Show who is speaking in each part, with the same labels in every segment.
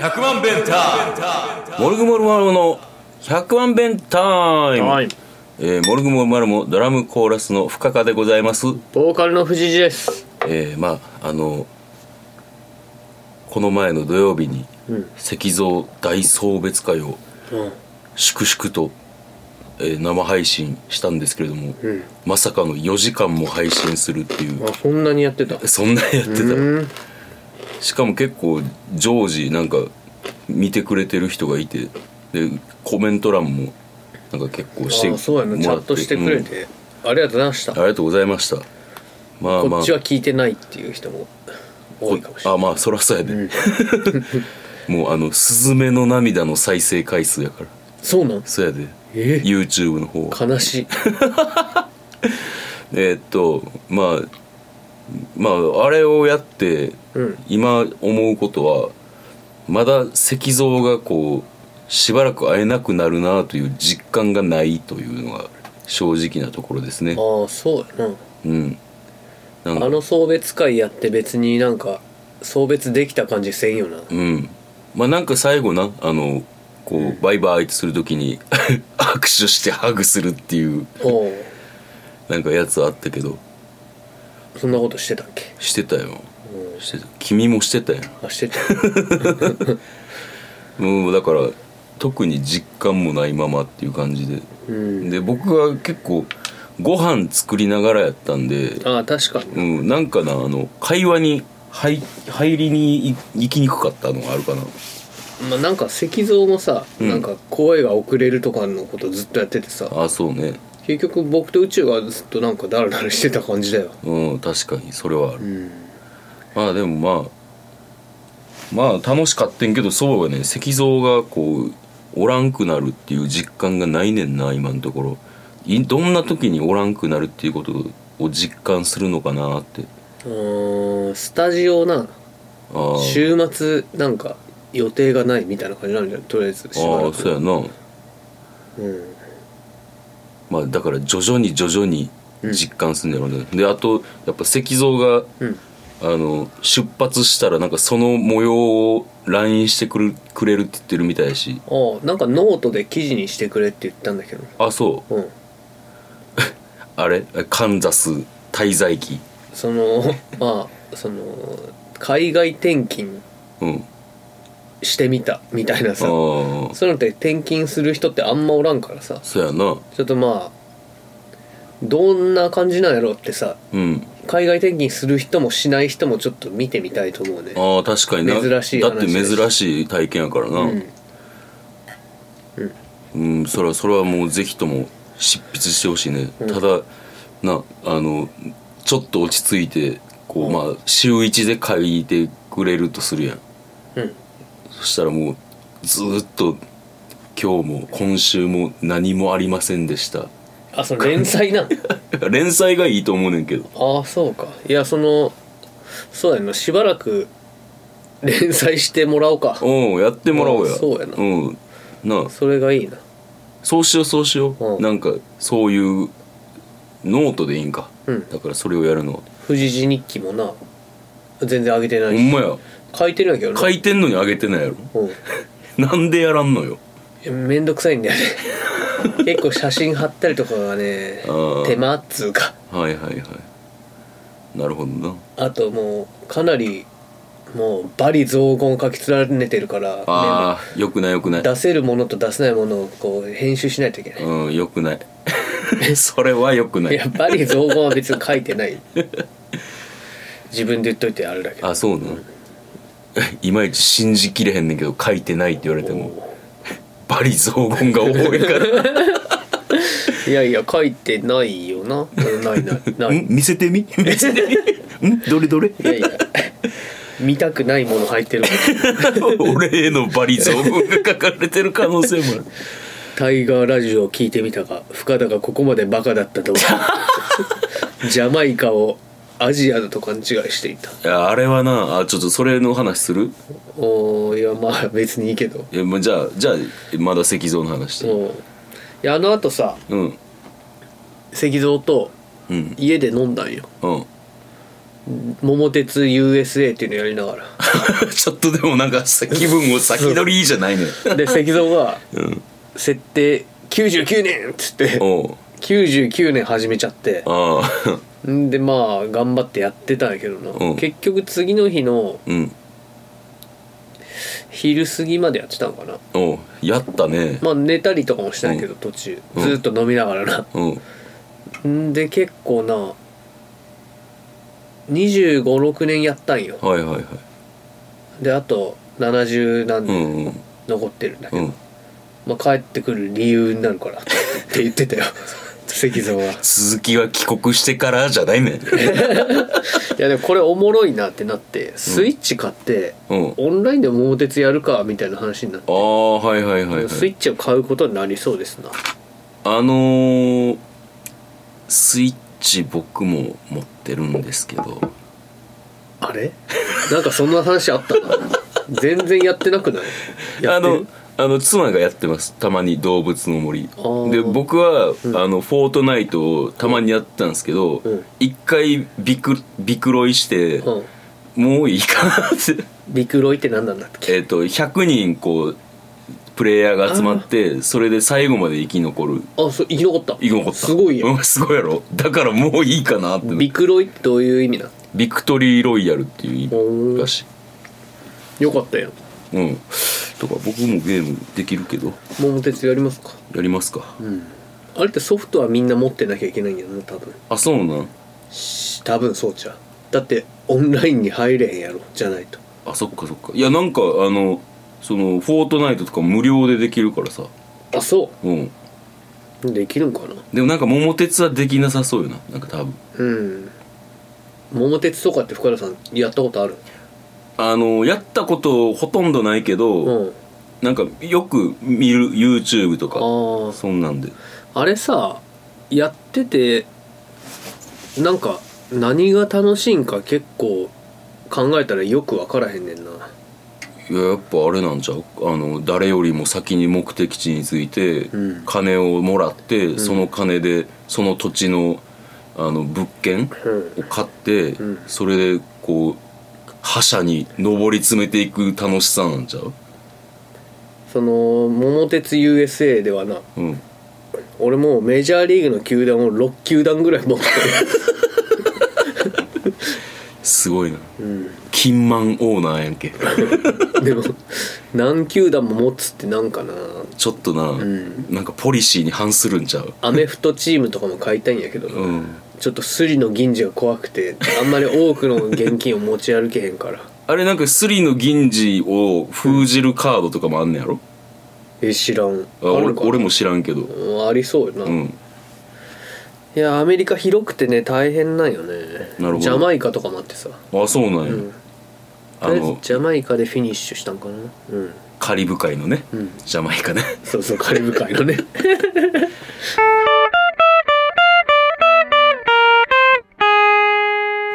Speaker 1: 100万弁タ
Speaker 2: モルグモルマルモの100万弁タイム、
Speaker 3: はい、
Speaker 2: えーモルグモルマルモドラムコーラスの深川でございます
Speaker 3: ボーカルの藤井です。
Speaker 2: えーまああのこの前の土曜日に
Speaker 3: うん、
Speaker 2: 石像大送別会を
Speaker 3: うん、
Speaker 2: 粛々と、えー生配信したんですけれども、
Speaker 3: ん
Speaker 2: まさかの4時間も配信するっていう
Speaker 3: あ、そんなにやってた。
Speaker 2: そんなやってた
Speaker 3: うん、
Speaker 2: しかも結構常時なんか見てくれてる人がいてでコメント欄もなんか結構しても
Speaker 3: あ、そうや
Speaker 2: らっ
Speaker 3: な、
Speaker 2: て
Speaker 3: チャットしてくれ
Speaker 2: うん
Speaker 3: て、ありがとうございました。
Speaker 2: ありがとうございましたまあまあ
Speaker 3: こっちは聞いてないっていう人も多いかもしれ
Speaker 2: あ
Speaker 3: ない。
Speaker 2: まあそらそうやで、 もうあの「スズメの涙」の再生回数やから
Speaker 3: そうなん。
Speaker 2: そうやで
Speaker 3: え
Speaker 2: YouTube の方は
Speaker 3: 悲しい。
Speaker 2: えーっとまあまああれをやって、
Speaker 3: うん
Speaker 2: 今思うことはまだ石像がこうしばらく会えなくなるなという実感がないというのが正直なところですね。
Speaker 3: ああ、そうやな。
Speaker 2: うん、なんか
Speaker 3: あの送別会やって別になんか送別できた感じせんよな。
Speaker 2: うん、まあなんか最後なあのこう、バイバイってする時に 握手してハグするっていう
Speaker 3: おう
Speaker 2: なんかやつあったけど
Speaker 3: そんなことしてたっけ。
Speaker 2: してたよ
Speaker 3: う
Speaker 2: してた君もしてたよ
Speaker 3: ん、あ、してた。
Speaker 2: もうだから特に実感もないままっていう感じで
Speaker 3: うん。
Speaker 2: で僕は結構ご飯作りながらやったんで、
Speaker 3: ああ、確かに。
Speaker 2: うん、なんかなあの会話に入入りに行きにくかったのがあるかな
Speaker 3: まあ、なんか石像もさ、
Speaker 2: うん
Speaker 3: なんか声が遅れるとかのことずっとやっててさ
Speaker 2: あそうね
Speaker 3: 結局僕と宇宙がずっとなんかダルダルしてた感じだよ
Speaker 2: うん確かにそれはある
Speaker 3: うん
Speaker 2: まあでもまあまあ楽しかってんけどそうやね石像がこうおらんくなるっていう実感がないねんな今のところいどんな時におらんくなるっていうことを実感するのかなって
Speaker 3: うーんスタジオな
Speaker 2: あー
Speaker 3: 週末なんか予定がないみたいな感じなんじゃないとりあえず
Speaker 2: あ
Speaker 3: しばら
Speaker 2: ー
Speaker 3: く
Speaker 2: そうやな
Speaker 3: うん
Speaker 2: まあだから徐々に徐々に実感するんだろうね、であとやっぱ石像が
Speaker 3: うん
Speaker 2: あの出発したらなんかその模様を LINE してくるくれるって言ってるみたいやし
Speaker 3: ああなんかノートで記事にしてくれって言ったんだけど
Speaker 2: あそう
Speaker 3: うん
Speaker 2: あれカンザス滞在期
Speaker 3: その まあその海外転勤
Speaker 2: うん
Speaker 3: してみたみたいな
Speaker 2: あ
Speaker 3: さ
Speaker 2: あ
Speaker 3: そういうのって転勤する人ってあんまおらんからさ
Speaker 2: そうやな
Speaker 3: ちょっとまあどんな感じなんやろってさ
Speaker 2: うん
Speaker 3: 海外転勤する人もしない人もちょっと見てみたいと思うね
Speaker 2: ああ確かにな
Speaker 3: 珍しい
Speaker 2: だ
Speaker 3: 話
Speaker 2: って
Speaker 3: です
Speaker 2: 珍しい体験やからな
Speaker 3: うん
Speaker 2: うん、それはそれはもうぜひとも執筆してほしいね、ただなあのちょっと落ち着いてこう、まあ週1で書いてくれるとするやん
Speaker 3: うん
Speaker 2: そしたらもうずーっと今日も今週も何もありませんでした
Speaker 3: あその連 載な
Speaker 2: 連載がいいと思うねんけど
Speaker 3: ああそうかいやそのそうやなしばらく連載してもらおうか
Speaker 2: うんやってもらおうや
Speaker 3: あそうやなん
Speaker 2: なあ
Speaker 3: それがいいな
Speaker 2: そうしようそうしよう、
Speaker 3: うん
Speaker 2: なんかそういうノートでいいんか、
Speaker 3: うん
Speaker 2: だからそれをやるの
Speaker 3: 富士寺日記もな全然上げてな
Speaker 2: ほ
Speaker 3: い
Speaker 2: ん
Speaker 3: し
Speaker 2: まや
Speaker 3: 書いてるんやけどな
Speaker 2: 書いてんのにあげてないやろ
Speaker 3: うんい
Speaker 2: なんでやらんのよ
Speaker 3: やめんどくさいんだよね 結構写真貼ったりとかがね
Speaker 2: ああ
Speaker 3: 手間っつうか
Speaker 2: はいはいはいなるほどな
Speaker 3: あともうかなりもうバリ雑言書き連ねてるから
Speaker 2: ああよくないよくない
Speaker 3: 出せるものと出せないものをこう編集しないといけない、
Speaker 2: うんよくない それはよくない
Speaker 3: やっぱり造語は別に書いてない自分で言っといてあれだけど
Speaker 2: あそうなのいまいち信じきれへんねんけど書いてないって言われてもバリ雑言が多いから
Speaker 3: いやいや書いてないよなうんないないな
Speaker 2: 「
Speaker 3: い
Speaker 2: ん見せてみ見せてみ んどれどれ
Speaker 3: いやいや見たくないもの入ってるから
Speaker 2: 俺へのバリ雑言が書かれてる可能性もある
Speaker 3: タイガーラジオを聞いてみたが深田がここまでバカだったとはジャマイカをアジアだと勘違いしていた
Speaker 2: いやあれはなあちょっとそれの話する
Speaker 3: おーいやまあ別にいいけど
Speaker 2: えまじゃあじゃあまだ石像の話して
Speaker 3: うんいやあのあとさ
Speaker 2: うん
Speaker 3: 石像と
Speaker 2: うん
Speaker 3: 家で飲んだんよ
Speaker 2: うん
Speaker 3: 桃鉄 USA っていうのやりながら
Speaker 2: ちょっとでもなんかさ気分を先取りじゃない ねん
Speaker 3: で石像が
Speaker 2: ん
Speaker 3: 設定99年っつって
Speaker 2: おう
Speaker 3: 99年始めちゃって
Speaker 2: あ あ
Speaker 3: んでまあ頑張ってやってたんやけど
Speaker 2: う
Speaker 3: なん結局次の日の
Speaker 2: うん
Speaker 3: 昼過ぎまでやってたのかな
Speaker 2: おうやったね
Speaker 3: まあ寝たりとかもしたんやけど途中
Speaker 2: うん
Speaker 3: ずーっと飲みながらな
Speaker 2: うん
Speaker 3: んで結構な2 5 6年やったんよ
Speaker 2: はいはいはい
Speaker 3: であと70何
Speaker 2: う
Speaker 3: 年
Speaker 2: んうん
Speaker 3: 残ってるんだけ
Speaker 2: う
Speaker 3: ど、
Speaker 2: ん
Speaker 3: まあ、帰ってくる理由になるからって言っ てたよ石像は
Speaker 2: 鈴木は帰国してからじゃない ねん
Speaker 3: いやでもこれおもろいなってなってスイッチ買って、
Speaker 2: うん
Speaker 3: オンラインで桃鉄やるかみたいな話になって、
Speaker 2: ああはいはいはい、は
Speaker 3: スイ
Speaker 2: い、
Speaker 3: ッチを買うことになりそうですな
Speaker 2: あのー、スイッチ僕も持ってるんですけど
Speaker 3: あれなんかそんな話あったな 全然やってなくないや
Speaker 2: あ
Speaker 3: って
Speaker 2: の
Speaker 3: る
Speaker 2: あの妻がやってますたまに「動物の森
Speaker 3: ー」
Speaker 2: で僕は、あのフォートナイトをたまにやってたんですけど
Speaker 3: うん
Speaker 2: 一、回ビクビクロイして、
Speaker 3: うん
Speaker 2: もういいかな って
Speaker 3: ビクロイって何なんだっけ
Speaker 2: えっと100人こうプレイヤーが集まってそれで最後まで生き残る
Speaker 3: あそう生き残った
Speaker 2: 生き残った
Speaker 3: すごいよ、
Speaker 2: うんすごいやろだからもういいかなって
Speaker 3: ビ
Speaker 2: ビ
Speaker 3: クロイってどういう意味なの
Speaker 2: クトリーロイヤルっていう意
Speaker 3: お
Speaker 2: 味
Speaker 3: ー
Speaker 2: らし
Speaker 3: よかったよ
Speaker 2: いうんとか僕もゲームできるけど
Speaker 3: 桃鉄やりますか
Speaker 2: やりますか、
Speaker 3: あれってソフトはみんな持ってなきゃいけないんやな多分
Speaker 2: あそうなん
Speaker 3: し多分そうちゃうだってオンラインに入れへんやろじゃないと
Speaker 2: あそっかそっかいやなんかあのそのフォートナイトとか無料でできるからさ
Speaker 3: あそ
Speaker 2: うん
Speaker 3: うできるんかな
Speaker 2: でもなんか桃鉄はできなさそうよななんか多分
Speaker 3: うん桃鉄とかって深田さんやったことある
Speaker 2: あのやったことほとんどないけど、
Speaker 3: うん
Speaker 2: なんかよく見る YouTube と
Speaker 3: あ
Speaker 2: か
Speaker 3: ー
Speaker 2: そんなんで
Speaker 3: あれさやっててなんか何が楽しいんか結構考えたらよく分からへんねんない
Speaker 2: ややっぱあれなんちゃうあの誰よりも先に目的地について、
Speaker 3: うん
Speaker 2: 金をもらって、その金でその土地のあの物件
Speaker 3: うん
Speaker 2: を買って、
Speaker 3: ん
Speaker 2: それでこう覇者に上り詰めていく楽しさなんちゃう
Speaker 3: その桃鉄 USA ではな
Speaker 2: うん
Speaker 3: 俺もうメジャーリーグの球団を6球団ぐらい持って
Speaker 2: すごいな
Speaker 3: る、うん
Speaker 2: 金満オーナーやん け
Speaker 3: でも何球団も持つってなんかな
Speaker 2: ちょっとな、
Speaker 3: ん
Speaker 2: なんかポリシーに反するんちゃう
Speaker 3: アメフトチームとかも買いたいんやけどな、
Speaker 2: うん
Speaker 3: ちょっとスリの銀次が怖くてあんまり多くの現金を持ち歩けへんから
Speaker 2: あれなんかスリの銀次を封じるカードとかもあんねやろ、
Speaker 3: え知らん
Speaker 2: あ
Speaker 3: あ
Speaker 2: 俺
Speaker 3: るかな
Speaker 2: 俺も知らんけど
Speaker 3: うんありそうよな、
Speaker 2: う
Speaker 3: い
Speaker 2: ん
Speaker 3: やアメリカ広くてね大変なんよね
Speaker 2: なるほど
Speaker 3: ジャマイカとかもあってさ
Speaker 2: あそうなんや、
Speaker 3: ん
Speaker 2: あ
Speaker 3: とりあえず
Speaker 2: の
Speaker 3: ジャマイカでフィニッシュしたんかなうん
Speaker 2: カリブ海のね、
Speaker 3: うん
Speaker 2: ジャマイカね
Speaker 3: そうそうカリブ海のね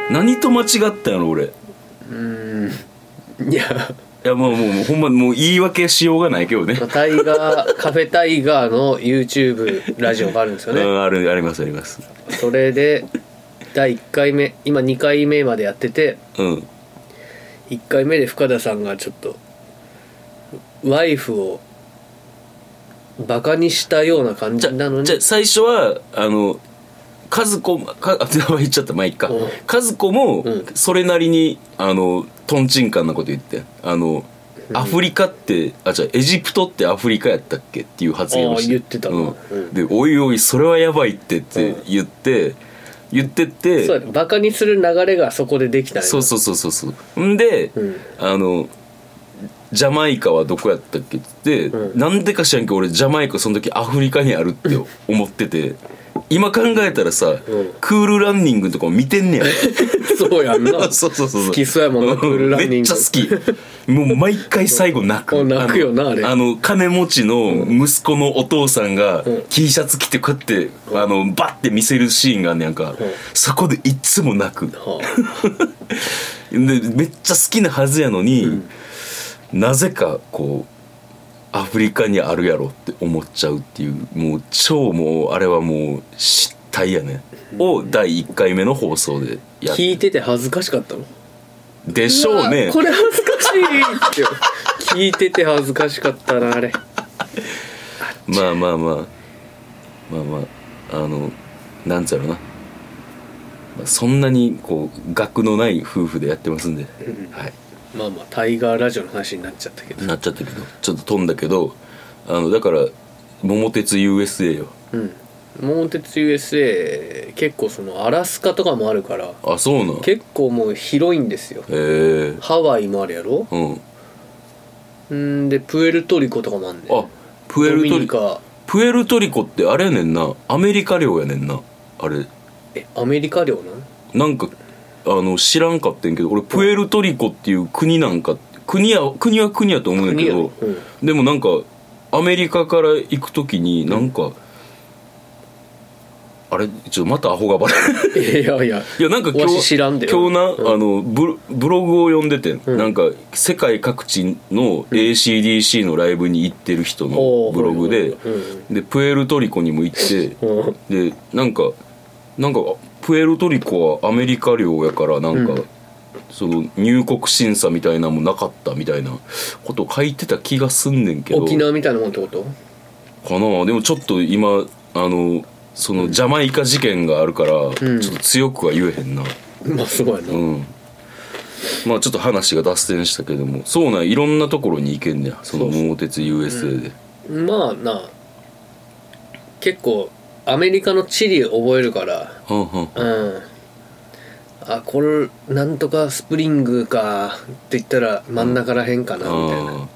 Speaker 2: 何と間違ったんやろ俺い
Speaker 3: うんいや
Speaker 2: やもうもうもうほんまもう言い訳しようがないけどね
Speaker 3: まあタイガーカフェタイガーの YouTube ラジオがあるんですよ
Speaker 2: う
Speaker 3: ね、
Speaker 2: んあるありますあります
Speaker 3: それで第1回目今2回目までやってて
Speaker 2: うん
Speaker 3: 1回目で深田さんがちょっとワイフをバカにしたような感
Speaker 2: じゃ
Speaker 3: じなのに
Speaker 2: じゃ最初はあの和子もかあ名前言っちゃったまあいっか
Speaker 3: うん
Speaker 2: 和子も
Speaker 3: うん
Speaker 2: それなりにあのとんちんかんなこと言ってあのアフリカってあじゃエジプトってアフリカやったっけっていう発言をして
Speaker 3: あー言ってたな
Speaker 2: うん
Speaker 3: うん
Speaker 2: で「おいおいそれはやばいって」って言って、言ってって
Speaker 3: そうやねバカにする流れがそこでできたんや
Speaker 2: そうそうそうそうそうんで、
Speaker 3: うん
Speaker 2: あのジャマイカはどこやったっけって言って
Speaker 3: うん
Speaker 2: な、んでか知らんけど俺ジャマイカその時アフリカにあるって思ってて今考えたらさ、
Speaker 3: ん
Speaker 2: クールランニングとかも見てんね や
Speaker 3: そうやんな
Speaker 2: そうそうそうそう
Speaker 3: 好きそうやもんなクールランニング
Speaker 2: めっちゃ好きもう毎回最後泣く
Speaker 3: うん泣くよな
Speaker 2: の
Speaker 3: あれ
Speaker 2: あの金持ちの息子のお父さんが
Speaker 3: ん
Speaker 2: T シャツ着てこうやってあのバッて見せるシーンがあんねやんか、そこでいっつも泣く
Speaker 3: は
Speaker 2: でめっちゃ好きなはずやのに、なぜかこうアフリカにあるやろって思っちゃうっていうもう超もうあれはもう嫉体やねを第1回目の放送でやっ
Speaker 3: 聞いてて恥ずかしかったの
Speaker 2: でしょう
Speaker 3: わ
Speaker 2: ね
Speaker 3: これ恥ずかしいってよ聞いてて恥ずかしかったなあれ
Speaker 2: まあまあまあまあまああのなんちゃろうな、まあ、そんなにこう額のない夫婦でやってますんで、はい
Speaker 3: まあまあタイガーラジオの話になっちゃったけど
Speaker 2: なっちゃったけどちょっと飛んだけどあのだから「桃鉄 USA」よ
Speaker 3: うん桃鉄 USA 結構そのアラスカとかもあるから
Speaker 2: あそうなんへ
Speaker 3: 結構もう広いんですよ
Speaker 2: え
Speaker 3: ハワイもあるやろ
Speaker 2: うん
Speaker 3: んでプエルトリコとかもあんねん
Speaker 2: あプエルト
Speaker 3: ドミ
Speaker 2: リ
Speaker 3: ニ
Speaker 2: コ
Speaker 3: カ
Speaker 2: プエルトリコってあれやねんなアメリカ領やねんなあれ
Speaker 3: えアメリカ領なん
Speaker 2: なんかあの知らんかってんけど俺プエルトリコっていう国なんか国や国は国やと思うねんだけど、
Speaker 3: 国やろ
Speaker 2: でもなんかアメリカから行く時になんか、あれちょっとまたアホがバレる
Speaker 3: いやいや
Speaker 2: いやなんか今
Speaker 3: わし
Speaker 2: 日
Speaker 3: 知らんで
Speaker 2: 今日な、
Speaker 3: うん
Speaker 2: あのブロブログを読んでてん、なんか世界各地の ACDC のライブに行ってる人の
Speaker 3: おー
Speaker 2: ブログで、
Speaker 3: う
Speaker 2: でプエルトリコにも行って
Speaker 3: うんうん
Speaker 2: でなんかなんかプエルトリコはアメリカ領やからなんか、
Speaker 3: うん
Speaker 2: その入国審査みたいなのもなかったみたいなこと書いてた気がすんねんけど
Speaker 3: 沖縄みたいなもんってこと
Speaker 2: かなでもちょっと今あのそのジャマイカ事件があるから、
Speaker 3: ん
Speaker 2: ちょっと強くは言えへんな。
Speaker 3: まあそうやな、
Speaker 2: うんまあちょっと話が脱線したけどもそうなんいろんなところに行けんねやその桃鉄 USA で
Speaker 3: まあな結構アメリカの地理覚えるから
Speaker 2: はんはん
Speaker 3: うんあこれなんとかスプリングかって言ったら真ん中らへんかなみたいな、
Speaker 2: あー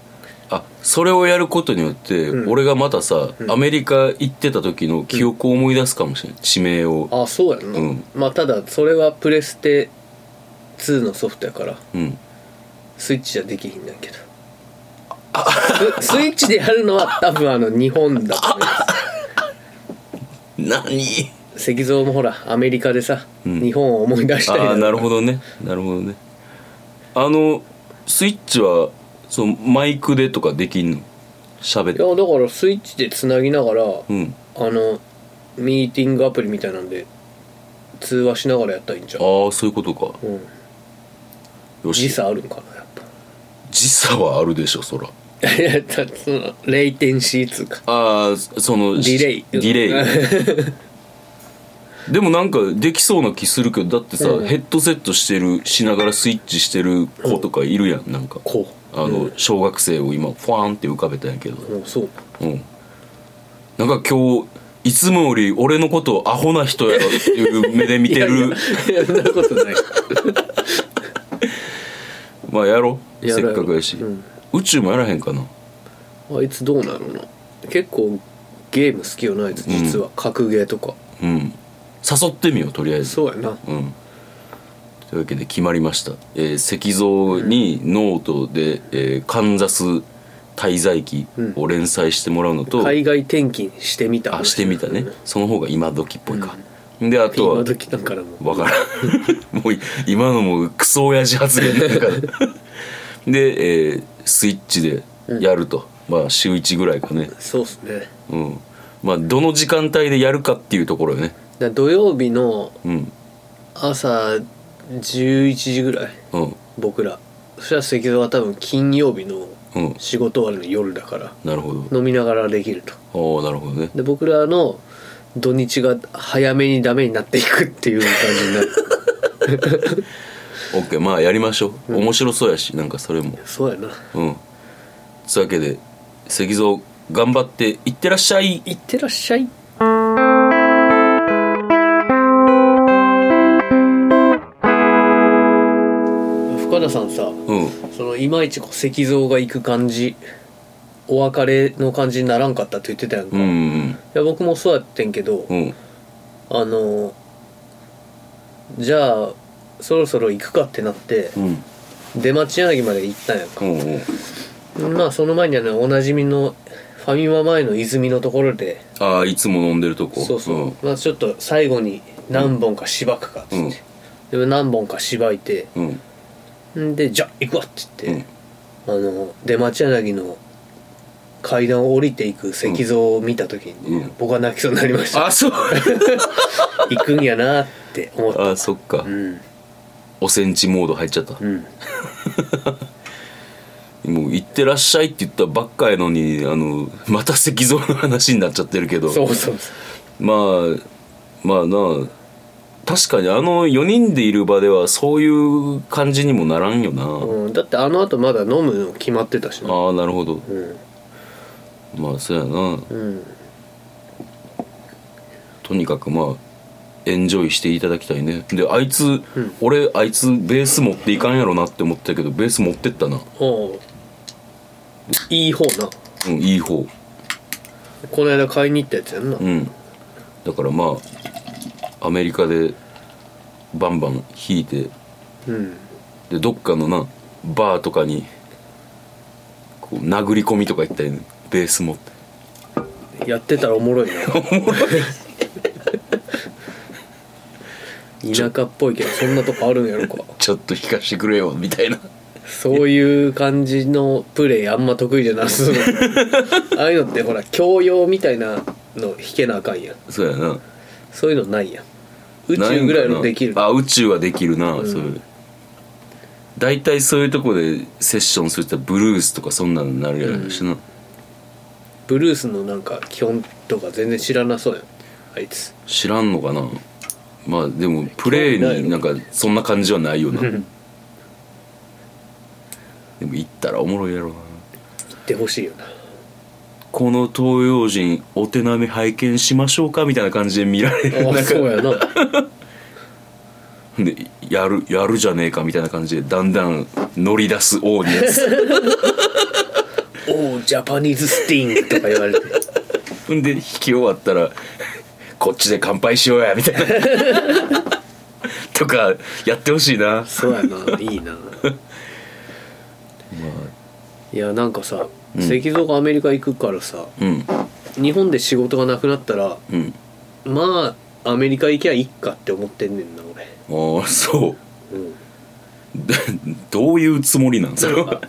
Speaker 2: あそれをやることによって
Speaker 3: うん
Speaker 2: 俺がまたさアメリカ行ってた時の記憶を思い出すかもしれない地名を
Speaker 3: あそうやんな、
Speaker 2: うん
Speaker 3: まあただそれはプレステ2のソフトやから
Speaker 2: うん
Speaker 3: スイッチじゃできひんねんけどススイッチでやるのは多分あの日本だと思います
Speaker 2: 何
Speaker 3: 石像もほらアメリカでさ、
Speaker 2: うん
Speaker 3: 日本を思い出したり
Speaker 2: ああなるほ
Speaker 3: ど
Speaker 2: どねなるほどねあのスイッチはそのマイクでとかできんの喋って
Speaker 3: いやだからスイッチでつなぎながら、
Speaker 2: うん
Speaker 3: あのミーティングアプリみたいなんで通話しながらやったらいいんちゃう、
Speaker 2: ああそういうことか
Speaker 3: うん、
Speaker 2: よし
Speaker 3: 時差あるんかなやっ
Speaker 2: 時差はあるでしょそら
Speaker 3: ぱいやだそのレイテンシーつうか
Speaker 2: ああその
Speaker 3: ディレイ
Speaker 2: ディレイでもなんかできそうな気するけどだってさ、
Speaker 3: うん
Speaker 2: ヘッドセットしてるしながらスイッチしてる子とかいるやんなんか
Speaker 3: こ
Speaker 2: あの小学生を今ファーンって浮かべたんやけど
Speaker 3: うもうそう
Speaker 2: うんなんか今日いつもより俺のことをアホな人やろっていう目で見てる
Speaker 3: いやいやそんなことない
Speaker 2: まあやろう
Speaker 3: や
Speaker 2: せ
Speaker 3: ろう
Speaker 2: っかくやし、
Speaker 3: ん
Speaker 2: 宇宙もやらへんかな
Speaker 3: あいつどうなのな結構ゲーム好きよなあいつ実は、格ゲーとか
Speaker 2: うん誘ってみようとりあえず
Speaker 3: そうやな
Speaker 2: うん、というわけで決まりました、えー石像にノートで、えーカンザス滞在記を連載してもらうのと、
Speaker 3: 海外転勤してみた
Speaker 2: あしてみたねその方が今時っぽいか、であと
Speaker 3: 今
Speaker 2: は
Speaker 3: 時なんからもう
Speaker 2: わからん もうい今のもうクソ親父発言だから で、えースイッチでやると、まあ週1ぐらいかね
Speaker 3: そうっすね
Speaker 2: うんまあどの時間帯でやるかっていうところよね
Speaker 3: だ土曜日の
Speaker 2: うん
Speaker 3: 朝11時ぐらい
Speaker 2: うん
Speaker 3: 僕らそしたら石像は多分金曜日の
Speaker 2: うん
Speaker 3: 仕事終わりの夜だから
Speaker 2: なるほど
Speaker 3: 飲みながらできると
Speaker 2: おおなるほどね
Speaker 3: で僕らの土日が早めにダメになっていくっていう感じになる
Speaker 2: オッケーまあやりましょう、面白そうやしなんかそれも
Speaker 3: そうやな
Speaker 2: うんそういうわけで石像頑張っていってらっしゃい
Speaker 3: いってらっしゃい深田さんさ
Speaker 2: うん
Speaker 3: そのいまいちこう石像が行く感じお別れの感じにならんかったって言ってたやんか、
Speaker 2: う
Speaker 3: い
Speaker 2: ん
Speaker 3: や僕もそうやってんけど、
Speaker 2: うんうん
Speaker 3: あのじゃあそろそろ行くかってなって
Speaker 2: うん
Speaker 3: 出町柳まで行ったんやんか
Speaker 2: う、んうん
Speaker 3: まあその前にあのおなじみのファミマ前の泉のところで
Speaker 2: ああいつも飲んでるとこ
Speaker 3: そうそう、まあちょっと最後に何本かしばくかっつって、
Speaker 2: うん
Speaker 3: で何本かしばいて
Speaker 2: うんうん
Speaker 3: んでじゃあ行くわっつって、あの出町柳の階段を降りていく石像を見た時にね、
Speaker 2: うん
Speaker 3: 僕は泣きそうになりました、
Speaker 2: あそう
Speaker 3: 行くんやなって思った
Speaker 2: あそっか、
Speaker 3: うん
Speaker 2: おセンチモード入っちゃった、
Speaker 3: うん
Speaker 2: もう行ってらっしゃいって言ったばっかやのにあのまた石像の話になっちゃってるけど
Speaker 3: そうそうそう
Speaker 2: まあまあな確かにあの4人でいる場ではそういう感じにもならんよな、
Speaker 3: うん、だってあの後まだ飲むの決まってたしな
Speaker 2: ああなるほど
Speaker 3: うん
Speaker 2: まあそうやな
Speaker 3: うん
Speaker 2: とにかくまあエンジョイしていただきたいねであいつ、俺あいつベース持っていかんやろなって思ってたけどベース持ってったな、
Speaker 3: おういい方な
Speaker 2: うん、いい方
Speaker 3: この間買いに行ったやつやんな、
Speaker 2: うんだからまあアメリカでバンバン弾いて
Speaker 3: うん、
Speaker 2: でどっかのなバーとかにこう殴り込みとか行ったよねベース持って
Speaker 3: やってたらおもろいな田舎っぽいけどそんなとこあるんやろか
Speaker 2: ちょっと弾かしてくれよみたいな
Speaker 3: そういう感じのプレイあんま得意じゃな さそうああいうのってほら教養みたいなの弾けなあかんやん
Speaker 2: そうやな
Speaker 3: そういうのないやん宇宙ぐらいのできる
Speaker 2: ないんかなあ宇宙はできるな、そういう大体そういうとこでセッションするとブルースとかそんなのになるやろしな、
Speaker 3: ブルースのなんか基本とか全然知らなそうやんあいつ
Speaker 2: 知らんのかなまあでもプレイになんかそんな感じはないよな
Speaker 3: うん
Speaker 2: でも行ったらおもろいやろな
Speaker 3: 言ってほしいよな
Speaker 2: この東洋人お手並み拝見しましょうかみたいな感じで見られる
Speaker 3: あ
Speaker 2: なんか
Speaker 3: そうやな
Speaker 2: でやるやるじゃねえかみたいな感じでだんだん乗り出すオーディエンス
Speaker 3: 「おうジャパニーズスティング」とか言われて
Speaker 2: ほんで引き終わったら 「こっちで乾杯しようや」みたいな とかやってほしいな
Speaker 3: そうや ないいな、いやなんかさ、石像がアメリカ行くからさ
Speaker 2: うん
Speaker 3: 日本で仕事がなくなったら
Speaker 2: うん
Speaker 3: まあアメリカ行きゃいっかって思ってんねんな俺
Speaker 2: ああそう
Speaker 3: うん
Speaker 2: でどういうつもりなんそれ は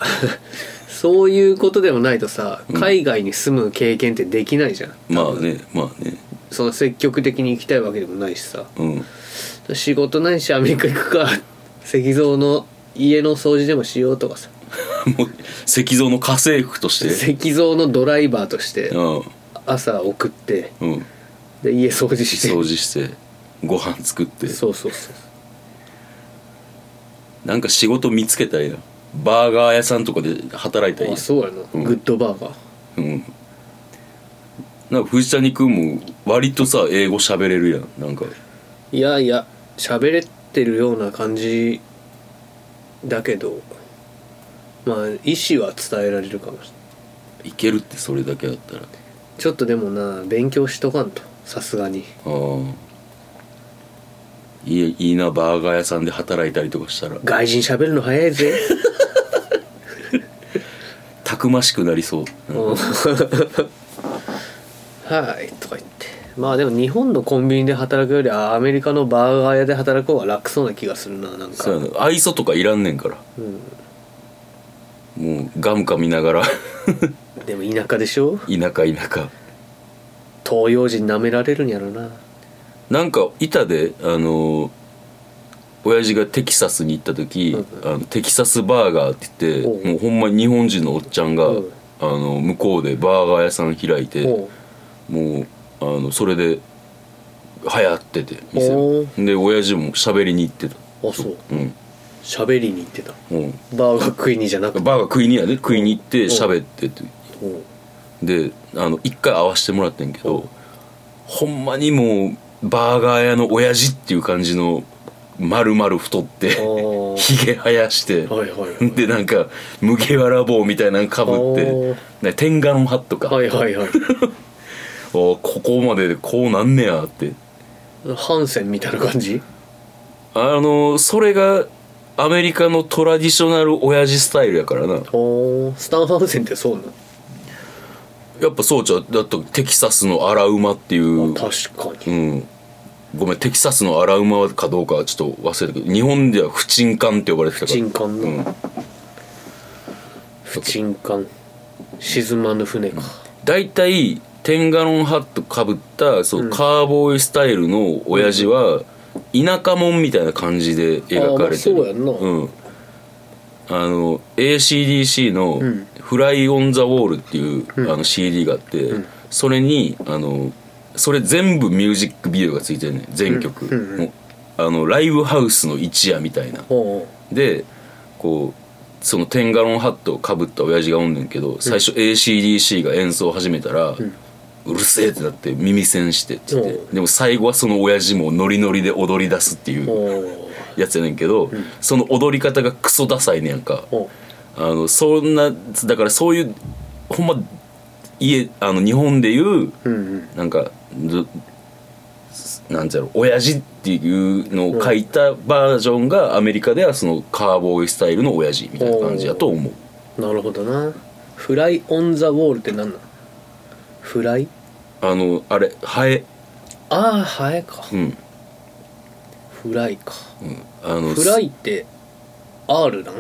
Speaker 3: そういうことでもないとさ海外に住む経験ってできないじゃん、
Speaker 2: まあねまあね
Speaker 3: その積極的に行きたいわけでもないしさ
Speaker 2: うん
Speaker 3: 仕事ないしアメリカ行くか 石像の家の掃除でもしようとかさ
Speaker 2: もう石像の家政婦として
Speaker 3: 石像のドライバーとして
Speaker 2: うん
Speaker 3: 朝送って
Speaker 2: うん
Speaker 3: で家掃除して
Speaker 2: 掃除してご飯作って
Speaker 3: そうそうそう
Speaker 2: なんか仕事見つけたらいいなバーガー屋さんとかで働いたらいいや
Speaker 3: あ
Speaker 2: ん
Speaker 3: そうやな、
Speaker 2: ん
Speaker 3: グッドバーガー
Speaker 2: うんなんか藤谷君も割とさ英語喋れるやんなんか
Speaker 3: いやいや喋れてるような感じだけどまあ意思は伝えられるかもしれない
Speaker 2: いけるってそれだけだったらあ
Speaker 3: ちょっとでもな勉強しとかんとさすがに
Speaker 2: あいいいいなバーガー屋さんで働いたりとかしたら
Speaker 3: 外人喋るの早 いぜ
Speaker 2: たくましくなりそう、
Speaker 3: うんはいとか言ってまあでも日本のコンビニで働くよりはアメリカのバーガー屋で働く方が楽そうな気がするななんか
Speaker 2: そうやな愛想とかいらんねんから、もうガムかみながら
Speaker 3: でも田舎でしょ
Speaker 2: 田舎田舎
Speaker 3: 東洋人舐められるんやろな
Speaker 2: なんかいたであのー親父がテキサスに行った時、あのテキサスバーガーって言って
Speaker 3: おう
Speaker 2: もうほんまに日本人のおっちゃんが、
Speaker 3: おう
Speaker 2: あの向こうでバーガー屋さん開いて
Speaker 3: おう
Speaker 2: もうあのそれで流行ってて店
Speaker 3: お
Speaker 2: で親父も喋りに行ってた
Speaker 3: あそう
Speaker 2: うん
Speaker 3: 喋りに行ってた
Speaker 2: うん
Speaker 3: バーガー食いにじゃなくて
Speaker 2: バーガー食いにやで食いに行って喋ってて
Speaker 3: うん
Speaker 2: であの一回会わしてもらってんけどほんまにもうバーガー屋の親父っていう感じの丸々太って
Speaker 3: あ ー
Speaker 2: ひげ生やして
Speaker 3: はいはいはい
Speaker 2: でなんか麦わら帽みたいなのかぶって
Speaker 3: おー
Speaker 2: ね天下のハットか、
Speaker 3: はいはいはい
Speaker 2: おーここまででこうなんねやって
Speaker 3: ハンセンみたいな感じ
Speaker 2: あのそれがアメリカのトラディショナル親父スタイルやからな
Speaker 3: おースタンハンセンってそうな
Speaker 2: やっぱそうちゃうだとテキサスの荒馬っていう
Speaker 3: の確か
Speaker 2: う
Speaker 3: に
Speaker 2: んごめんテキサスの荒馬かどうかはちょっと忘れたけど日本では不沈艦って呼ばれてたから
Speaker 3: 沈艦
Speaker 2: うん
Speaker 3: の不沈艦沈まぬ船か
Speaker 2: 大体テンガロンハットかぶったそう、カーボーイスタイルの親父は田舎もんみたいな感じで描かれてる
Speaker 3: あーまあそうやんな
Speaker 2: うん、あの ACDC の
Speaker 3: ん
Speaker 2: 「フライ・オン・ザ・ウォール」っていう、あの CD があって、それにあのそれ全部ミュージックビデオがついてるね全曲、
Speaker 3: うんうん
Speaker 2: もうあのライブハウスの一夜みたいな
Speaker 3: おう
Speaker 2: でこうそのテンガロンハットをかぶった親父がおんねんけど最初 ACDC が演奏を始めたら、うるせえってなって耳栓してって言って
Speaker 3: お
Speaker 2: でも最後はその親父もノリノリで踊り出すっていう
Speaker 3: おう
Speaker 2: やつやねんけど、その踊り方がクソダサいねやんか
Speaker 3: おう
Speaker 2: あのそんなだからそういうほんま家あの日本でいう
Speaker 3: うんうん
Speaker 2: なんかずなんていうの親父っていうのを書いたバージョンがアメリカではそのカーボーイスタイルの親父みたいな感じだと思う
Speaker 3: なるほどなフライ・オン・ザ・ウォールって何なのフライ
Speaker 2: あのあれハエ
Speaker 3: ああハエか
Speaker 2: うん、
Speaker 3: フライか
Speaker 2: うん、あの
Speaker 3: フライって R なん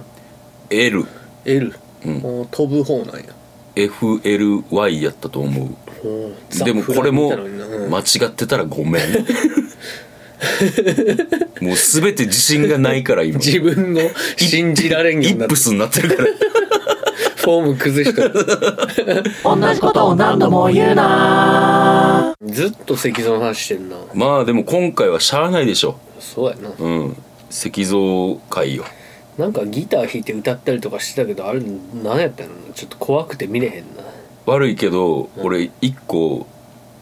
Speaker 2: LFLY
Speaker 3: ?L、
Speaker 2: うん
Speaker 3: おー飛ぶ方なんや
Speaker 2: やったと思う
Speaker 3: おーザ
Speaker 2: でも
Speaker 3: フ
Speaker 2: これ
Speaker 3: ライみ
Speaker 2: も
Speaker 3: たいなのになうん
Speaker 2: 間違ってたらごめん もう全て自信がないから 今
Speaker 3: 自分の信じられんよう
Speaker 2: イ
Speaker 3: に
Speaker 2: ッ
Speaker 3: なって
Speaker 2: プスになってるから
Speaker 3: フォーム崩しとる
Speaker 4: 同じことを何度も言うな
Speaker 3: ずっと石像の話してんな
Speaker 2: まあでも今回はしゃあないでしょ
Speaker 3: そうやな
Speaker 2: うん石像会よ
Speaker 3: なんかギター弾いて歌ったりとかしてたけどあれ何やったのちょっと怖くて見れへんな
Speaker 2: 悪いけど、俺一個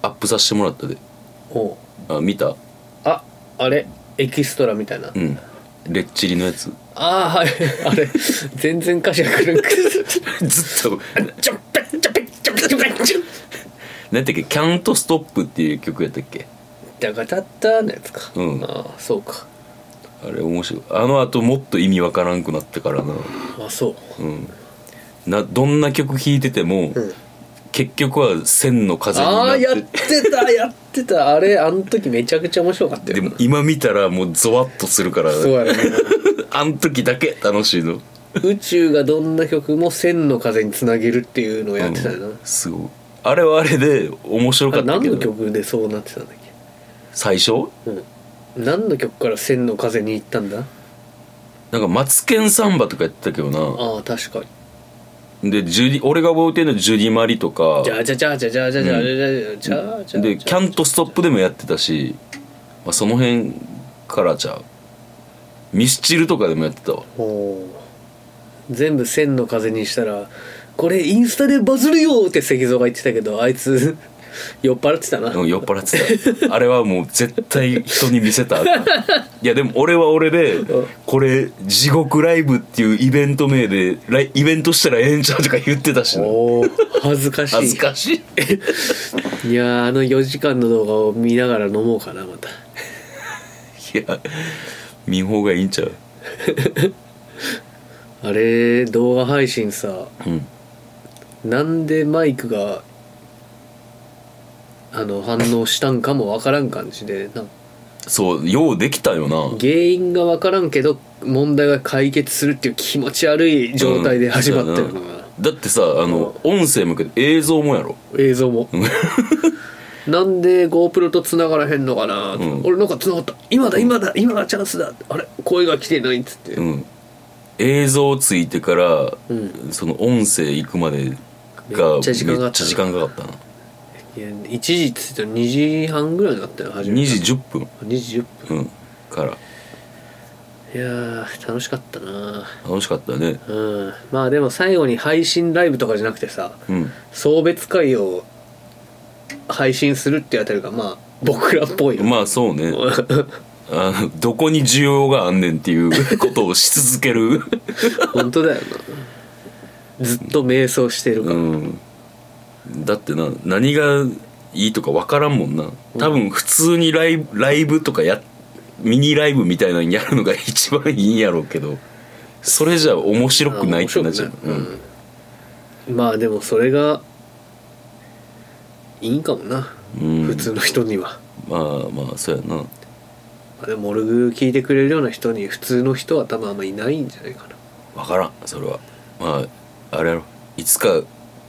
Speaker 2: アップさせてもらったで
Speaker 3: おう
Speaker 2: あ見た
Speaker 3: ああれエキストラみたいな、
Speaker 2: うんレッチリのやつ
Speaker 3: ああはいあれ全然歌詞が来 るんか
Speaker 2: ずっと
Speaker 3: ちょっぺちょっぺちょっぺちょっぺちょっ
Speaker 2: 何やったっけ「キャントストップ」っていう曲やったっけ
Speaker 3: だからたったのやつか、
Speaker 2: うん
Speaker 3: ああそうか
Speaker 2: あれ面白いあのあともっと意味わからんくなってからな
Speaker 3: あそう
Speaker 2: うんなどんな曲弾いてても、
Speaker 3: うん
Speaker 2: 結局は線の風に
Speaker 3: あ
Speaker 2: な
Speaker 3: あ
Speaker 2: って
Speaker 3: やって たやってたあれあの時めちゃくちゃ面白かったよ
Speaker 2: でも今見たらもうゾワッとするから
Speaker 3: そうやね
Speaker 2: あん時だけ楽しいの
Speaker 3: 宇宙がどんな曲も千の風につなげるっていうのをやってたよな、
Speaker 2: うんすごいあれはあれで面白
Speaker 3: あ
Speaker 2: か
Speaker 3: れ
Speaker 2: った
Speaker 3: 何
Speaker 2: け
Speaker 3: の
Speaker 2: ど
Speaker 3: 曲でそうなってたんだっ
Speaker 2: 最初
Speaker 3: け、うん、何の曲から千の風に行ったんだ
Speaker 2: なんか「マツケンサンバ」とかやってたけどな
Speaker 3: ああ確かに
Speaker 2: でジュディ俺が覚えてるのはジュディ・マリとか
Speaker 3: じゃあじゃあじゃあじゃあじゃあじゃあじゃあじゃあじゃあじゃあ
Speaker 2: で「キャントストップ」でもやってたし、まあ、その辺からちゃうミスチルとかでもやってたわ
Speaker 3: おー全部千の風にしたらこれインスタでバズるよって石像が言ってたけどあいつ 酔っ払ってたな、
Speaker 2: うん酔っ払って たあれはもう絶対人に見せたらあかんいやでも俺は俺でこれ「地獄ライブ」っていうイベント名でライイベントしたらええんちゃうとか言ってたしな
Speaker 3: おお恥ずかしい
Speaker 2: 恥ずかしい
Speaker 3: いやーあの4時間の動画を見ながら飲もうかなまた
Speaker 2: いや見ん方がいいんちゃう
Speaker 3: あれ動画配信さ
Speaker 2: うん
Speaker 3: なんでマイクがあの反応したんかもわからん感じでなんか
Speaker 2: そうようできたよな
Speaker 3: 原因がわからんけど問題が解決するっていう気持ち悪い状態で始まったよ
Speaker 2: うん
Speaker 3: な、
Speaker 2: だってさあの音声もやけど映像もやろ
Speaker 3: 映像も なんで GoPro と繋がらへんのかな、
Speaker 2: ん
Speaker 3: 俺なんか繋がった今だ今だ今がチャンスだあれ声が来てないっつって、
Speaker 2: うん映像ついてから、
Speaker 3: ん
Speaker 2: その音声行くまでが
Speaker 3: めっちゃ時間があ
Speaker 2: めっ
Speaker 3: ったな
Speaker 2: ちゃ時間がかかったない
Speaker 3: や1時っつってたら2時半ぐらいになったよ初め
Speaker 2: 2時10分、
Speaker 3: 2時10
Speaker 2: うん、から
Speaker 3: 分いやー楽しかったな
Speaker 2: 楽しかったね
Speaker 3: うんまあでも最後に配信ライブとかじゃなくてさ、
Speaker 2: うん
Speaker 3: 送別会を配信するってあたりがまあ僕らっぽいよ、
Speaker 2: まあそうねあのどこに需要があんねんっていうことをし続ける
Speaker 3: 本当だよなずっと迷走してる
Speaker 2: う
Speaker 3: から、
Speaker 2: んだってな何がいいとか分からんもんな多分普通にライブライブとかやミニライブみたいなのやるのが一番いいんやろうけどそれじゃ面白くないってなっちゃう
Speaker 3: あ面、白くないまあでもそれがいいんかもな、
Speaker 2: うん
Speaker 3: 普通の人には
Speaker 2: うん、まあまあそうやな
Speaker 3: まあでもモルグ聞いてくれるような人に普通の人は多分あんまいないんじゃないかな
Speaker 2: 分からんそれはまああれやろいつか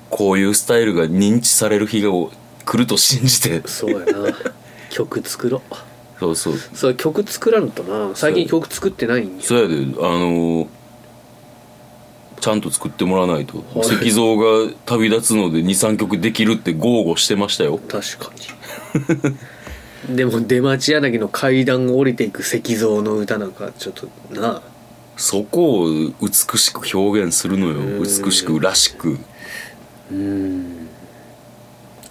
Speaker 2: こういうスタイルが認知される日が来来ると信じて
Speaker 3: そうやな 曲作ろ
Speaker 2: そうそう
Speaker 3: うそう曲作らんとな最近曲作ってないんや
Speaker 2: そうやであのーちゃんと作ってもらわないと
Speaker 3: い
Speaker 2: 石像が旅立つので23曲できるって豪語してましたよ
Speaker 3: 確かに でも出町柳の階段を降りていく石像の歌なんかちょっとな
Speaker 2: そこを美しく表現するのよ美しくらしく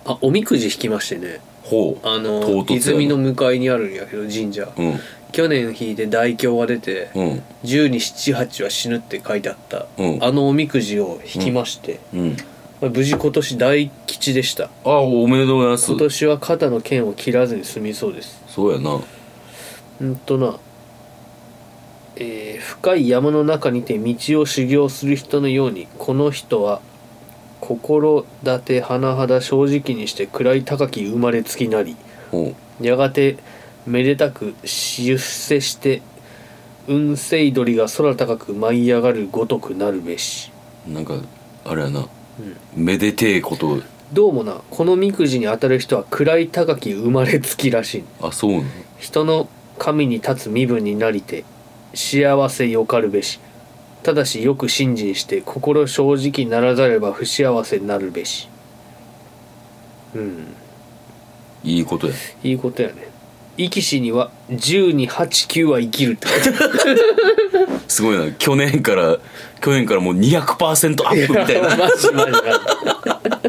Speaker 3: あおみくじ引きましてね
Speaker 2: ほう
Speaker 3: あ
Speaker 2: 唐
Speaker 3: の
Speaker 2: 突やな
Speaker 3: 泉の向かいにあるんやけど神社、
Speaker 2: うん
Speaker 3: 去年引いて大凶が出て、
Speaker 2: うん
Speaker 3: 十に七八は死ぬって書いてあった、
Speaker 2: うん
Speaker 3: あのおみくじを引きまして、
Speaker 2: うん
Speaker 3: まあ無事今年大吉でした
Speaker 2: あおめでとうございます
Speaker 3: 今年は肩の剣を切らずに済みそうです
Speaker 2: そうやな
Speaker 3: うんとな、えー深い山の中にて道を修行する人のようにこの人は心立て甚だ正直にして位高き生まれつきなり
Speaker 2: ほ
Speaker 3: やがてめでたく出世して雲勢鳥が空高く舞い上がるごとくなるべし
Speaker 2: うなんかあれやな、めでてえこと
Speaker 3: どうもなこのみくじに当たる人は位高き生まれつきらしい
Speaker 2: あそうなの
Speaker 3: 人の神に立つ身分になりて幸せよかるべしただしよく信心して心正直ならざれば不幸せなるべしうん
Speaker 2: いいことや
Speaker 3: いいことやね生き死には10に89は生きるって書いてある
Speaker 2: すごいな去年から去年からもう200%アップみたいな
Speaker 3: マジマジマ ジ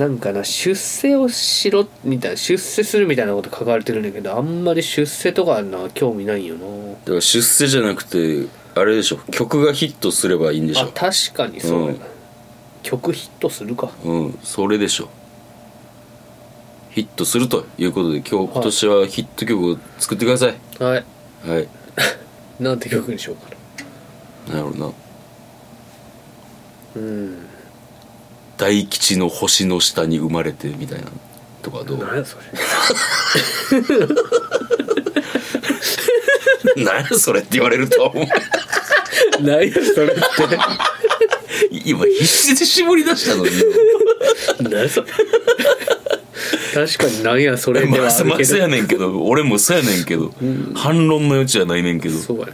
Speaker 3: なんかな出世をしろみたいな出世するみたいなこと書かれてるんだけどあんまり出世とかな興味ないよな
Speaker 2: だから出世じゃなくてあれでしょ曲がヒットすればいいんでし
Speaker 3: あ
Speaker 2: ょ
Speaker 3: 確かにそうだ
Speaker 2: う
Speaker 3: な、
Speaker 2: ん
Speaker 3: 曲ヒットするか
Speaker 2: うんそれでしょヒットするということで今日今年はヒット曲を作ってください
Speaker 3: はい
Speaker 2: はい
Speaker 3: なんて曲にしようかな
Speaker 2: なるほどな
Speaker 3: うん
Speaker 2: 大吉の星の下に生まれてみたいなとかどう
Speaker 3: 何やそれ
Speaker 2: 何やそれって言われるとは思う
Speaker 3: 何やそれ って
Speaker 2: 今必死で絞り出したのに
Speaker 3: 何やそれ確かに何やそれで
Speaker 2: まあ、
Speaker 3: は
Speaker 2: ま
Speaker 3: ある
Speaker 2: あ
Speaker 3: け
Speaker 2: そう
Speaker 3: ど、
Speaker 2: やねんけど俺もそうやねんけど、反論の余地はないねんけど
Speaker 3: そうやな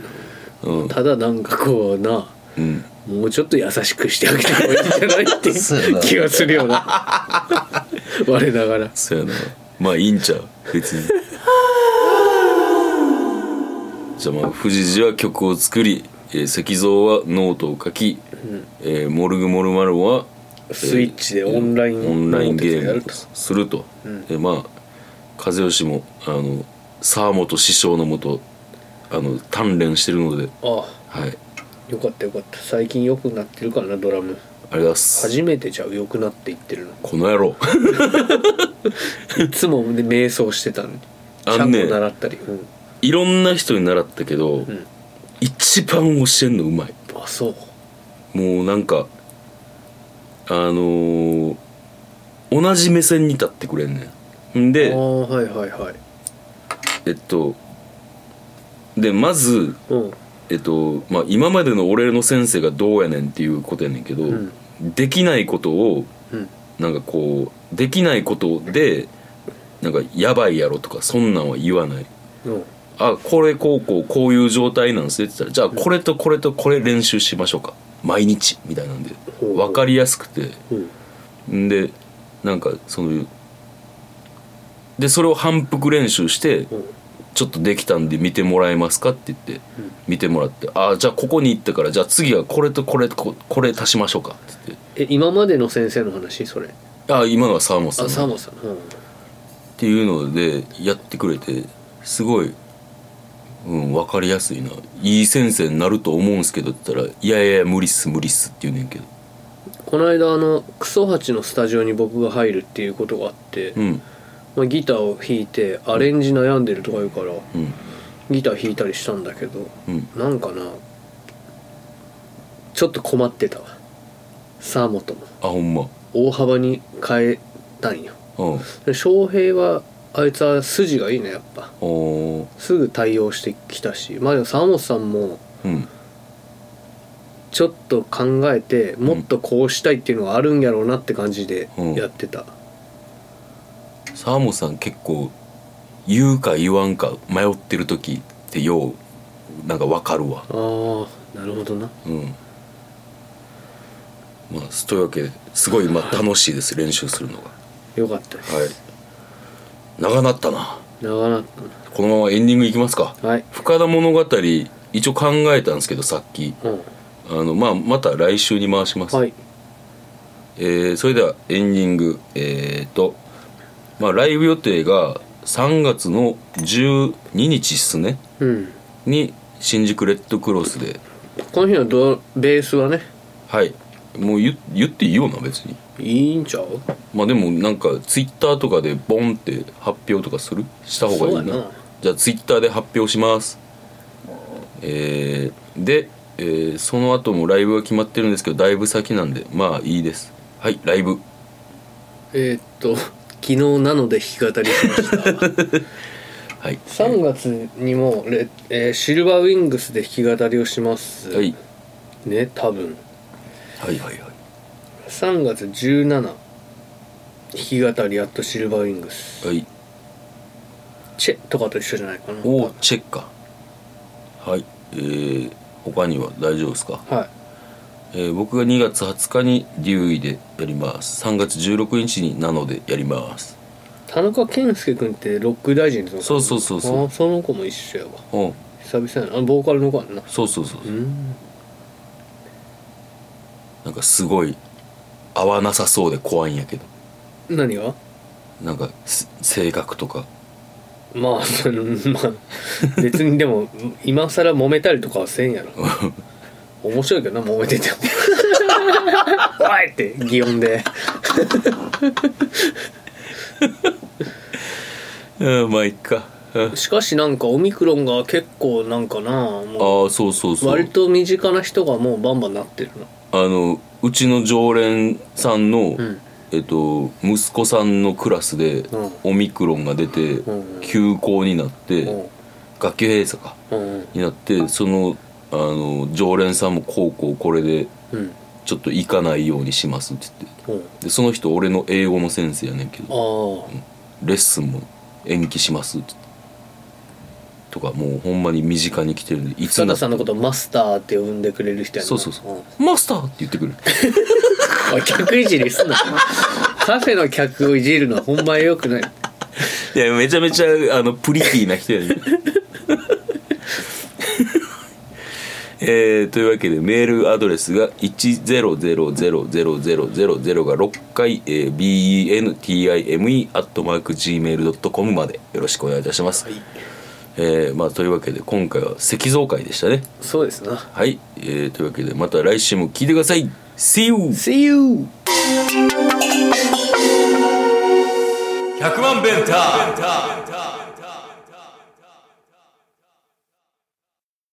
Speaker 2: うん
Speaker 3: ただなんかこうな
Speaker 2: うん
Speaker 3: もうちょっと優しくしてあげた方がいいんじゃないって
Speaker 2: そうや
Speaker 3: いう
Speaker 2: な
Speaker 3: 気がするよな我ながら
Speaker 2: そうやなまあいいんちゃう別に じゃあまあ藤次は曲を作り、えー石像はノートを書き、えーモルグモルマルは
Speaker 3: スイッチでオンライン
Speaker 2: オンラインゲ
Speaker 3: や
Speaker 2: ーム
Speaker 3: る
Speaker 2: を
Speaker 3: と
Speaker 2: すると、でまあ和義もあの沢本師匠のもとあの鍛錬してるので
Speaker 3: あ
Speaker 2: はい
Speaker 3: あよかったよかった最近良くなってるからなドラ
Speaker 2: あり
Speaker 3: ム
Speaker 2: がとうございます
Speaker 3: 初めてじゃあ良くなっていってるの
Speaker 2: この野郎
Speaker 3: いつもね瞑想してたのにち
Speaker 2: あ
Speaker 3: ゃ
Speaker 2: の
Speaker 3: ん
Speaker 2: ね
Speaker 3: と習ったり、うん
Speaker 2: いろんな人に習ったけど、
Speaker 3: ん
Speaker 2: 一番教えんのうまい
Speaker 3: あそう
Speaker 2: もうなんかあのー同じ目線に立ってくれんねんん
Speaker 3: あ
Speaker 2: で
Speaker 3: あはいはいはい
Speaker 2: えっとでまず
Speaker 3: うん
Speaker 2: えっとまあ今までの俺の先生がどうやねんっていうことやねんけど、
Speaker 3: ん
Speaker 2: できないことを
Speaker 3: うん
Speaker 2: なんかこうできないことでなんかやばいやろとかそんなんは言わない
Speaker 3: うん
Speaker 2: あこれこうこうこういう状態なんですねって言ったらじゃあこれとこれとこれ練習しましょうか毎日みたいなんで
Speaker 3: ほう
Speaker 2: 分かりやすくて
Speaker 3: うん
Speaker 2: んでなんかそのでそれを反復練習して
Speaker 3: うん
Speaker 2: ちょっとできたんで見てもらえますかって言って見てもらってあじゃあここに行ったからじゃあ次はこれとこれとここれ足しましょうかって言っ
Speaker 3: え今までの先生の話それ
Speaker 2: てあ今のは沢本さん
Speaker 3: あ
Speaker 2: の
Speaker 3: サーモンさん、うん、
Speaker 2: っていうのでやってくれてすごい、うん、分かりやすいないい先生になると思うんすけどって言ったら「いやいや無理っす無理っす」って言うねんけど
Speaker 3: この間あのクソハチのスタジオに僕が入るっていうことがあって、
Speaker 2: うん
Speaker 3: まあ、ギターを弾いてアレンジ悩んでるとか言うから、
Speaker 2: うん
Speaker 3: ギター弾いたりしたんだけど、
Speaker 2: うん
Speaker 3: なんかなちょっと困ってたわサーモトも
Speaker 2: あほんま
Speaker 3: 大幅に変えたんよ
Speaker 2: うん
Speaker 3: で翔平はあいつは筋がいいねやっぱ
Speaker 2: おー
Speaker 3: すぐ対応してきたしまあでも沢本さんも
Speaker 2: うん
Speaker 3: ちょっと考えてもっとこうしたいっていうのがあるんやろうなって感じで
Speaker 2: うん
Speaker 3: やってた、
Speaker 2: サーモンさん結構言うか言わんか迷ってる時ってようなんか分かるわ
Speaker 3: ああなるほどな
Speaker 2: うんまあというわけですごいまあ楽しいです練習するのが
Speaker 3: よかったです
Speaker 2: はい長なったな
Speaker 3: 長なっ
Speaker 2: このままエンディングいきますか
Speaker 3: たなはい
Speaker 2: 深田物語一応考えたんですけどさっき
Speaker 3: うん
Speaker 2: あの、まあ、また来週に回します、
Speaker 3: はい
Speaker 2: えーそれではエンディングえっ、と、まあ、ライブ予定が3月の12日っすね
Speaker 3: うん
Speaker 2: に新宿レッドクロスで
Speaker 3: この日のドベースはね
Speaker 2: はいもう言言っていいよな別に
Speaker 3: いいんちゃう
Speaker 2: まあでもなんかツイッターとかでボンって発表とかするした方がいいな
Speaker 3: そうやな
Speaker 2: じゃあツイッターで発表しますえーで、えーその後もライブが決まってるんですけどだいぶ先なんでまあいいですはいライブ
Speaker 3: えーっと昨日なので弾き語りしました
Speaker 2: はい
Speaker 3: 3月にもレ、えーシルバーウィングスで弾き語りをします、
Speaker 2: はい、
Speaker 3: ね多分
Speaker 2: はいはいはい
Speaker 3: 3月17弾き語りやっとシルバーウィングス
Speaker 2: はい
Speaker 3: チェとかと一緒じゃないかな
Speaker 2: おーチェッカはいえー他には大丈夫ですか
Speaker 3: は
Speaker 2: えー僕が2月20日にデューイでやります3月16日になのでやります
Speaker 3: い田中健介君ってロック大臣の子
Speaker 2: そうそうそうそう
Speaker 3: あーその子も一緒やわ
Speaker 2: うん
Speaker 3: 久々やなあボーカルの子やんな
Speaker 2: そうそうそう
Speaker 3: うん
Speaker 2: なんかすごい合わなさそうで怖いんやけど
Speaker 3: 何が
Speaker 2: なんかす性格とか
Speaker 3: まあ そのまあ別にでも今更揉めたりとかはせん やろ面白いけどな揉めてても おいって擬音で
Speaker 2: うんまあいっかうん
Speaker 3: しかしなんかオミクロンが結構なんかな
Speaker 2: あ
Speaker 3: も
Speaker 2: ーそうそう
Speaker 3: う
Speaker 2: そう
Speaker 3: 割と身近な人がもうバンバンなってるな
Speaker 2: あのうちの常連さんの、
Speaker 3: ん
Speaker 2: えっと、息子さんのクラスで
Speaker 3: うん
Speaker 2: オミクロンが出て
Speaker 3: うんうん
Speaker 2: 休校になって
Speaker 3: うん
Speaker 2: 学級閉鎖か
Speaker 3: うん
Speaker 2: になってそのあの常連さんも高校これで
Speaker 3: うん
Speaker 2: ちょっと行かないようにしますって言って
Speaker 3: うん
Speaker 2: でその人俺の英語の先生やねんけ
Speaker 3: あ
Speaker 2: ど
Speaker 3: あ
Speaker 2: レッスンも延期しますって言ってとかもうほんまに身近に来てるんでいつ
Speaker 3: 深
Speaker 2: にな
Speaker 3: 田
Speaker 2: って
Speaker 3: さんのことをマスターって呼んでくれる人やな
Speaker 2: そうそうそ
Speaker 3: ん
Speaker 2: う「マスター!」って言ってくる
Speaker 3: おい客いじりすんなカフェの客をいじるのはほんまよくない
Speaker 2: いやめちゃめちゃあのプリティな人やねえー、というわけでメールアドレスが100000000が6回、えー、bentime.gmail.com までよろしくお願いいたします、えーまあ、というわけで今回は石像会でしたね
Speaker 3: そうですな
Speaker 2: はい、えー、というわけでまた来週も聞いてください See you!
Speaker 3: See you!
Speaker 1: 100万ベンター